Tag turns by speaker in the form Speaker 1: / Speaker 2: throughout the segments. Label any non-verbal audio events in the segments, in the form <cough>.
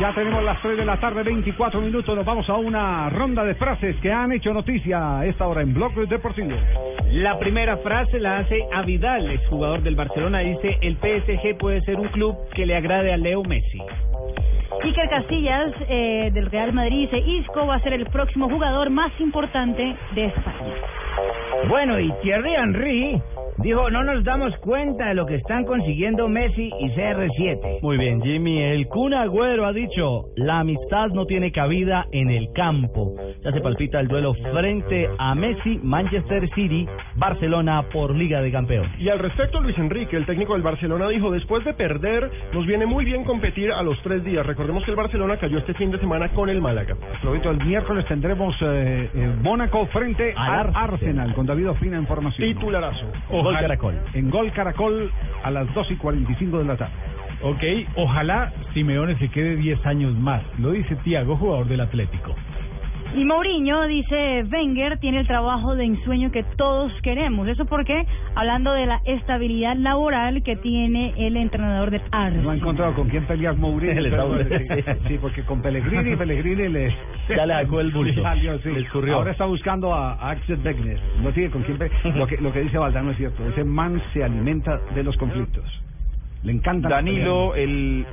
Speaker 1: Ya tenemos las 3 de la tarde, 24 minutos. Nos vamos a una ronda de frases que han hecho noticia a esta hora en Blog Deportivo.
Speaker 2: La primera frase la hace a Vidal, exjugador del Barcelona. Dice, el PSG puede ser un club que le agrade a Leo Messi.
Speaker 3: Iker Casillas eh, del Real Madrid dice, Isco va a ser el próximo jugador más importante de España.
Speaker 4: Bueno, y Thierry Henry dijo, no nos damos cuenta de lo que están consiguiendo Messi y CR7.
Speaker 5: Muy bien, Jimmy. El Kun Agüero ha dicho, la amistad no tiene cabida en el campo. Ya se palpita el duelo frente a Messi, Manchester City, Barcelona por Liga de Campeones.
Speaker 6: Y al respecto, Luis Enrique, el técnico del Barcelona, dijo, después de perder, nos viene muy bien competir a los tres días. Recordemos que el Barcelona cayó este fin de semana con el Málaga.
Speaker 1: Florito, el miércoles tendremos eh, eh, Mónaco frente al Arsenal, con David Ospina en formación.
Speaker 6: Titularazo.
Speaker 5: Gol Caracol.
Speaker 1: En Gol Caracol a las 2 y 45 de la tarde.
Speaker 7: Ok, ojalá Simeone se quede 10 años más, lo dice Tiago, jugador del Atlético.
Speaker 3: Y Mourinho dice, Wenger tiene el trabajo de ensueño que todos queremos. Eso porque, hablando de la estabilidad laboral que tiene el entrenador del
Speaker 1: No ha
Speaker 3: Arsenal.
Speaker 1: encontrado con quién pelear Mourinho.
Speaker 5: <laughs> Le está
Speaker 1: pero- sí, porque con
Speaker 5: <laughs>
Speaker 1: Pellegrini, Pellegrini le...
Speaker 5: Ya le
Speaker 1: <laughs>
Speaker 5: sacó el bulto.
Speaker 1: Salió, sí.
Speaker 5: Le escurrió.
Speaker 1: Ahora está buscando a a Axel Wegner. No tiene con quién pe- lo que, lo que dice Valdano es cierto. Ese man se alimenta de los conflictos. Le encanta...
Speaker 8: Danilo, el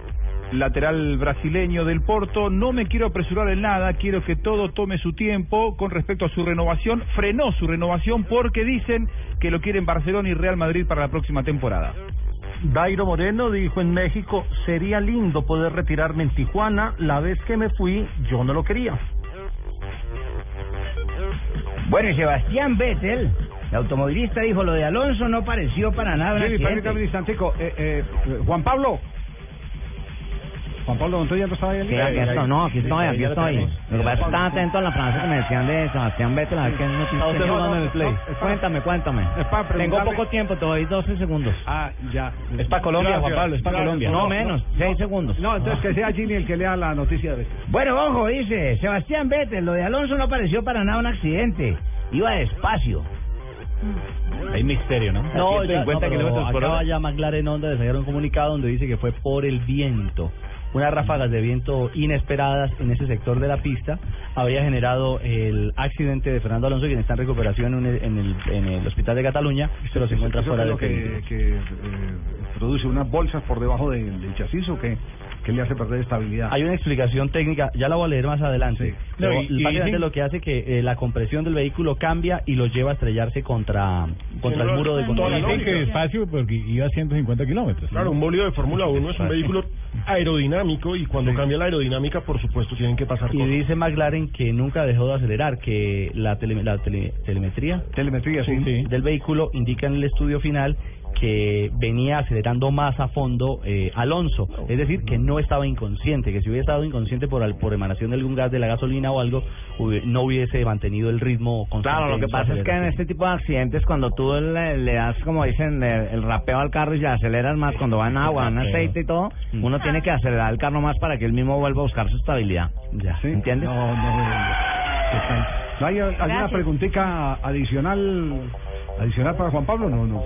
Speaker 8: lateral brasileño del Porto, no me quiero apresurar en nada, quiero que todo tome su tiempo con respecto a su renovación. Frenó su renovación porque dicen que lo quieren Barcelona y Real Madrid para la próxima temporada.
Speaker 9: Dairo Moreno dijo en México, sería lindo poder retirarme en Tijuana, la vez que me fui yo no lo quería.
Speaker 4: Bueno, y Sebastián Vettel, el automovilista, dijo, lo de Alonso no pareció para
Speaker 5: eh,
Speaker 4: nada. un
Speaker 1: Sí,
Speaker 4: accidente".
Speaker 1: permítame un instantico. Eh, eh, eh, Juan Pablo. Juan Pablo Montoya no estaba ahí.
Speaker 4: Sí, aquí estoy, no, aquí estoy, aquí estoy. Lo que pasa es que estaba atento a la frase que me decían de Sebastián Vettel, a ver qué noticia.
Speaker 5: Ah, usted
Speaker 4: No,
Speaker 5: jugando en el
Speaker 4: no,
Speaker 5: play.
Speaker 4: no, Cuéntame, cuéntame.
Speaker 1: Es
Speaker 4: Tengo
Speaker 1: para preguntarle-
Speaker 4: poco tiempo, te doy 12 segundos.
Speaker 1: Ah, ya.
Speaker 5: Es para Colombia, Juan Pablo, es para Colombia.
Speaker 4: No menos, 6 segundos.
Speaker 1: No, entonces que sea Jimmy el que lea la noticia de veces.
Speaker 4: Bueno, ojo, dice Sebastián Vettel, lo de Alonso no pareció para nada un accidente. Iba despacio.
Speaker 7: Hay misterio, ¿no?
Speaker 5: Mm. No,
Speaker 8: A
Speaker 5: ya,
Speaker 8: 150
Speaker 5: no, pero
Speaker 8: kilómetros por
Speaker 5: acaba
Speaker 8: hora.
Speaker 5: ya McLaren Honda de sacar un comunicado donde dice que fue por el viento. Unas ráfagas de viento inesperadas en ese sector de la pista habría generado el accidente de Fernando Alonso, quien está en recuperación en el, en el, en el hospital de Cataluña, pero se encuentra
Speaker 1: Eso
Speaker 5: fuera
Speaker 1: es
Speaker 5: de
Speaker 1: lo que, que eh, produce unas bolsas por debajo del, del chasis o que, que le hace perder estabilidad.
Speaker 5: Hay una explicación técnica, ya la voy a leer más adelante.
Speaker 1: Sí.
Speaker 5: Pero
Speaker 7: No, y- y
Speaker 5: básicamente
Speaker 7: dicen-
Speaker 5: lo que hace que eh, la compresión del vehículo cambia y lo lleva a estrellarse contra, contra el muro de
Speaker 3: Toda la
Speaker 5: control.
Speaker 7: Dicen que despacio porque iba a 150 kilómetros.
Speaker 6: Claro, un bolido de Fórmula 1 es un vehículo aerodinámico y cuando cambia la aerodinámica, por supuesto, tienen que pasar
Speaker 5: Y
Speaker 6: cosas.
Speaker 5: dice McLaren que nunca dejó de acelerar, que la, tele- la tele- telemetría
Speaker 1: Telemetría, sí.
Speaker 5: del vehículo indica en el estudio final que venía acelerando más a fondo eh, Alonso, es decir, que no estaba inconsciente, que si hubiera estado inconsciente por, al- por emanación de algún gas de la gasolina o algo, hubi- no hubiese mantenido el ritmo constante.
Speaker 4: Claro, lo
Speaker 5: en
Speaker 4: que
Speaker 5: su
Speaker 4: pasa es que en
Speaker 5: aceleración.
Speaker 4: este tipo de accidentes, cuando tú le, le das, como dicen, el, el rapeo al carro y le aceleras más, cuando va en agua, en
Speaker 5: Rapeo.
Speaker 4: aceite y todo, uno tiene que acelerar el carro más para que él mismo vuelva a buscar su estabilidad.
Speaker 5: Ya.
Speaker 1: ¿Sí?
Speaker 4: ¿Entiendes?
Speaker 1: No, no. está ahí. ¿No ¿Hay alguna
Speaker 3: Gracias.
Speaker 1: preguntita adicional adicional para Juan Pablo? No, no.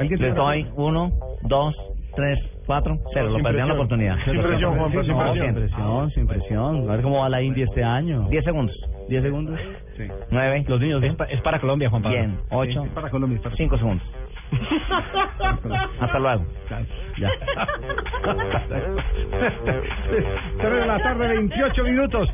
Speaker 1: ¿Alguien
Speaker 4: Le
Speaker 1: tiene
Speaker 4: doy
Speaker 1: una-
Speaker 4: uno, dos, tres, cuatro, cero. Lo perdieron la oportunidad.
Speaker 6: Sin presión, Juan,
Speaker 1: sin
Speaker 4: No,
Speaker 6: presión.
Speaker 4: sin presión, sin presión. A ver cómo va la India este año. Diez segundos. Diez segundos.
Speaker 1: Sí.
Speaker 4: Nueve.
Speaker 7: Los niños, ¿no? es, pa- es para Colombia, Juan Pablo.
Speaker 4: Bien. Ocho.
Speaker 1: Sí, para Colombia. para-
Speaker 4: Cinco segundos. Hasta luego.
Speaker 1: <laughs>
Speaker 4: Ya.
Speaker 1: Tres de la tarde, 28 minutos.